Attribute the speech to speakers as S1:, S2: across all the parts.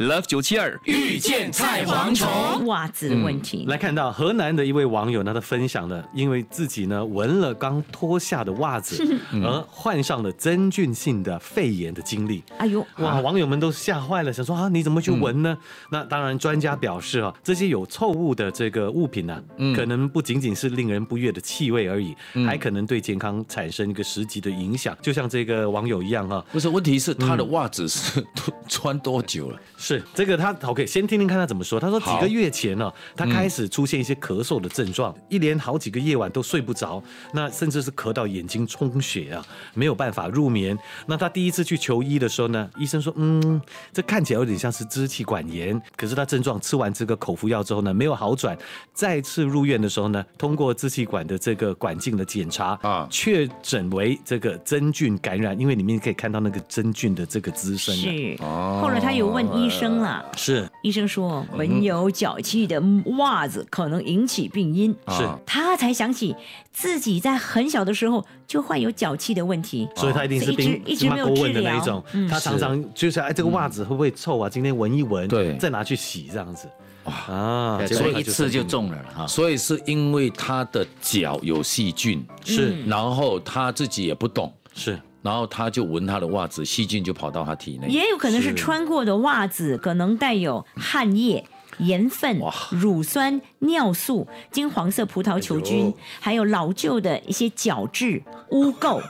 S1: Love 九七二
S2: 遇见菜蝗虫。
S3: 袜子的问题。
S4: 嗯来看到河南的一位网友呢，他分享了，因为自己呢闻了刚脱下的 袜子，
S1: 嗯
S4: 而患上了真菌性的肺炎的经历。
S3: 哎呦，
S4: 哇，网友们都吓坏了，想说啊，你怎么去闻
S1: 嗯
S4: 呢？那当然，专家表示啊，这些有臭物的这个物品呢、啊
S1: 嗯
S4: 可能不仅仅是令人不悦的气味而已，
S1: 嗯
S4: 还可能对健康产生一个实际的影响。就像这个网友一样啊，
S1: 不是，问题是他的袜子是 穿多久了？
S4: 是这个他 OK，先听听看他怎么说。他说几
S1: 好
S4: 个月前呢、他开始出现一些咳嗽的症状，一连好几个夜晚都睡不着，那甚至是咳到眼睛充血啊，没有办法入眠。那他第一次去求医的时候呢，医生说，嗯，这看起来有点像是支气管炎，可是他症状吃完这个口服药之后呢，没有好转，再次入院的时候呢，通过支气管的这个管镜的检查
S1: 啊
S4: 确诊为这个真菌感染，因为里面可以看到那个真菌的这个滋生啊、
S3: 是。
S1: 哦
S3: 后来他有问医生了，
S4: 是。
S3: 医生说闻有脚气的袜子可能引起病因，
S4: 是
S1: 啊
S3: 他才想起自己在很小的时候就患有脚气的问题。
S4: 所以他一定是冰
S3: 哦一直一直
S4: 芝麻
S3: 没有
S4: 勾
S3: 治
S4: 问的那一
S3: 疗
S4: 种
S3: 嗯，
S4: 他常常就是哎，这个袜子会不会臭啊？今天闻一闻，
S1: 对
S4: 再拿去洗这样子。啊，结果
S5: 所
S4: 他
S5: 以一次就
S4: 生病
S5: 中了了哈。
S1: 所以是因为他的脚有细菌，
S3: 嗯
S4: 是
S1: 然后他自己也不懂，
S4: 是
S1: 然后他就闻他的袜子，细菌就跑到他体内。
S3: 也有可能是穿过的袜子可能带有汗液。盐分
S1: 哇、
S3: 乳酸、尿素、金黄色葡萄球菌，
S1: 哎呦
S3: 还有老旧的一些角质、污垢，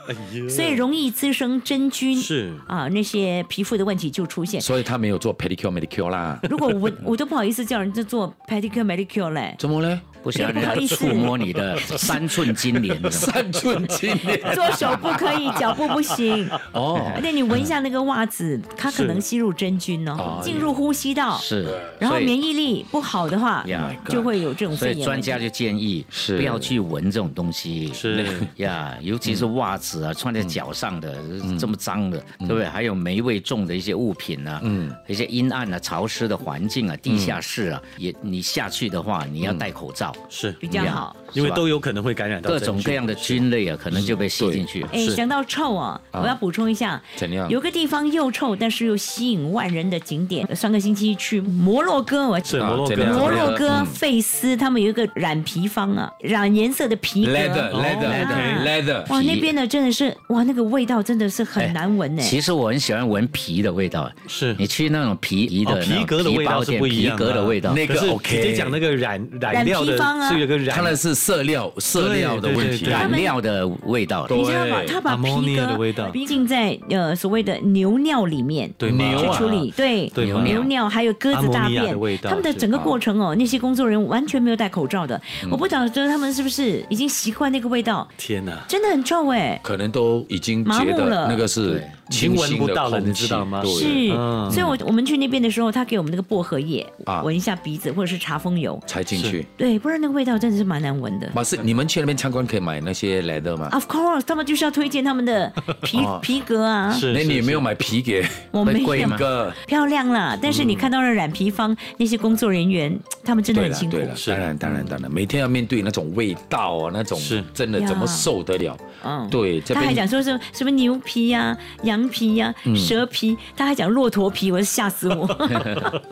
S3: 所以容易滋生真菌。
S4: 哎是
S3: 啊，那些皮肤的问题就出现。
S1: 所以他没有做 pedicure medicure 啦。
S3: 如果我我都不好意思叫人家做 pedicure medicure 嘞，
S1: 怎么嘞？
S5: 不想
S3: 不好
S5: 让
S3: 意
S5: 人
S3: 思
S5: 家触摸你 的三寸金莲，
S1: 三寸金莲
S3: 做手不可以，脚步不行。
S1: 哦
S3: 而，且你闻一下那个袜子，它可能
S4: 是
S3: 吸入真菌哦，进入呼吸道，
S5: 是，
S3: 然后
S5: 所以
S3: 免疫力不好的话嗯
S5: Yeah, my，God
S3: 就会有这种
S5: 所
S3: 肺
S5: 以
S3: 炎。
S5: 专家就建议
S1: 是
S5: 不要去闻这种东西，
S4: 是嗯
S5: 呀尤其是袜子啊，穿在脚上的这么脏的，对不对？还有霉味重的一些物品啊，嗯，一些阴暗啊、潮湿的环境啊、
S4: 嗯
S5: 地下室啊，也你下去的话，你要戴口罩，
S4: 是，
S3: 比较好。
S4: 因为
S5: 是吧
S4: 都有可能会感染到
S5: 各种各样的菌类啊，可能就被吸进去。
S3: 哎，想到臭啊，我要补充一下，
S1: 怎样
S3: 有个地方又臭，但是又吸引万人的景点。上个星期去摩洛哥，我
S4: 真菌是
S1: 啊
S4: 摩洛
S1: 这
S4: 哥
S1: 样
S3: 摩
S1: 摩
S3: 洛
S1: 洛
S3: 哥
S1: 哥
S3: 费斯他们有一个染皮坊啊，染颜色的皮革。
S1: ，leather
S4: 哦
S1: leather leather，
S3: 哇，
S5: 皮
S3: 那边的真的是哇，那个味道真的是很难闻呢。
S5: 其实我很喜欢闻皮的味道，啊
S4: 是
S5: 你去那种皮皮的
S4: 哦
S5: 那种
S4: 皮革的味道
S5: 包
S4: 是
S5: 店
S4: 不一样
S5: 皮革的味道，
S1: 那
S4: 可
S1: 个
S4: 是
S1: OK
S4: 直接讲那个染染料
S3: 染
S4: 的
S3: 批方啊
S4: 是有个
S1: 它那
S4: 染
S1: 是色料色料的问题啊
S4: 对对对对
S5: 染料的味道。
S1: 对
S3: 你知道吗？他把皮
S4: ammonia 的味
S3: 革
S4: 道
S3: 毕竟在呃所谓的牛尿里面
S4: 对吗
S1: 牛
S3: 去
S1: 啊
S3: 处理，对
S4: 对
S3: 牛
S4: 吗
S3: 尿还有鸽子大
S4: 阿摩尼亚
S3: 便
S4: 的味，道
S3: 他们的整个过程哦，那些工作人员完全没有戴口罩的，我不晓得他们是不是已经习惯那个味道，
S4: 天哪，
S3: 真的很臭哎。
S1: 可能都已经觉
S3: 麻木
S1: 得
S3: 了
S1: 那个是
S5: 对
S1: 清
S4: 已经
S1: 新
S4: 闻
S1: 的
S4: 不到了
S1: 空
S4: 你知
S1: 气，
S4: 道吗
S1: 对，
S3: 是，
S4: 嗯
S3: 所以我我们去那边的时候，他给我们那个薄荷叶
S1: 啊
S3: 闻一下鼻子，或者是茶风油，
S1: 才进
S4: 是
S1: 去。
S3: 对，不然那个味道真的是蛮难 闻的。啊
S1: 马是你们去那边参观可以买那些 leather 吗？
S3: Of course，他们就是要推荐他 们的皮
S1: 哦
S3: 皮革啊，
S4: 是
S1: 那你有没有
S4: 是
S1: 买皮给
S3: 我没
S5: 会贵
S3: 有
S5: 吗
S1: 哥？
S3: 漂亮啦，但是
S1: 嗯
S3: 你看到了染皮方那些工作人员，他们真的
S1: 对
S3: 很
S1: 了
S3: 辛苦
S1: 对。了，当然当然当然，每天要面对那种味道啊，那种
S4: 是
S1: 真的
S3: 呀
S1: 怎么受得了？
S3: 嗯，
S1: 对，这
S3: 他还
S1: 边嗯
S3: 讲说什么什么牛皮呀、羊皮呀、蛇皮，他还讲骆驼皮，我吓死我。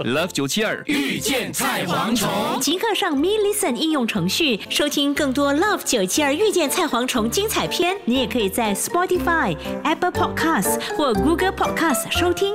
S1: Love 九七二
S2: 遇见菜蝗虫，
S3: 即刻上 Me Listen 应用程序收听更多 Love 九七二遇见菜蝗虫精彩片，你也可以在 Spotify、Apple Podcasts 或 Google Podcasts 收听。